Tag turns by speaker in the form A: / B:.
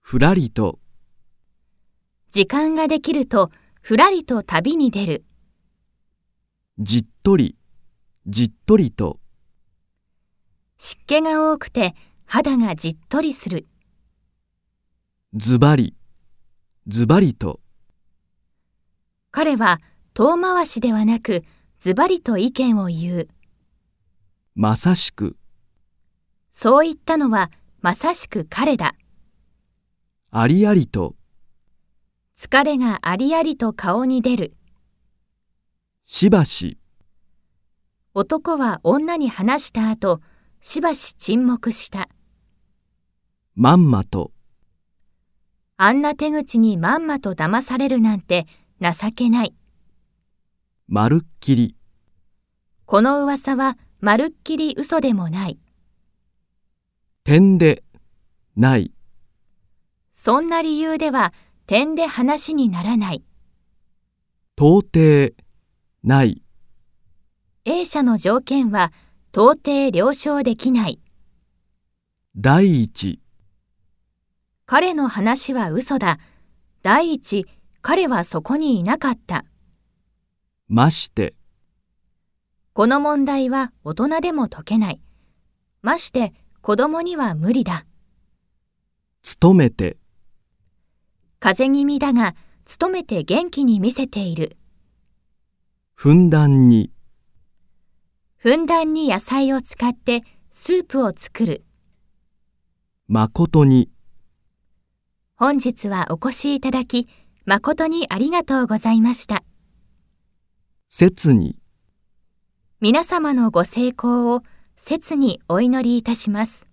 A: ふらりと、
B: 時間ができるとふらりと旅に出る
A: じっとり、じっとりと、
B: 湿気が多くて肌がじっとりする
A: ずばり、ずばりと、
B: 彼は遠回しではなくズバリと意見を言う
A: まさしく、
B: そう言ったのはまさしく彼だ
A: ありありと、
B: 疲れがありありと顔に出る
A: しばし、
B: 男は女に話した後しばし沈黙した
A: まんまと、
B: あんな手口にまんまと騙されるなんて情けない
A: まるっきり、
B: この噂はまるっきり嘘でもない
A: 点で、ない、
B: そんな理由では点で話にならない
A: 到底、ない、
B: A 社の条件は到底了承できない
A: 第一、
B: 彼の話は嘘だ第一彼はそこにいなかった
A: まして、
B: この問題は大人でも解けないまして子供には無理だ
A: 努めて、
B: 風邪気味だが努めて元気に見せている
A: ふんだんに、
B: ふんだんに野菜を使ってスープを作る
A: まことに、
B: 本日はお越しいただき誠にありがとうございました
A: 切に、
B: 皆様のご成功を切にお祈りいたします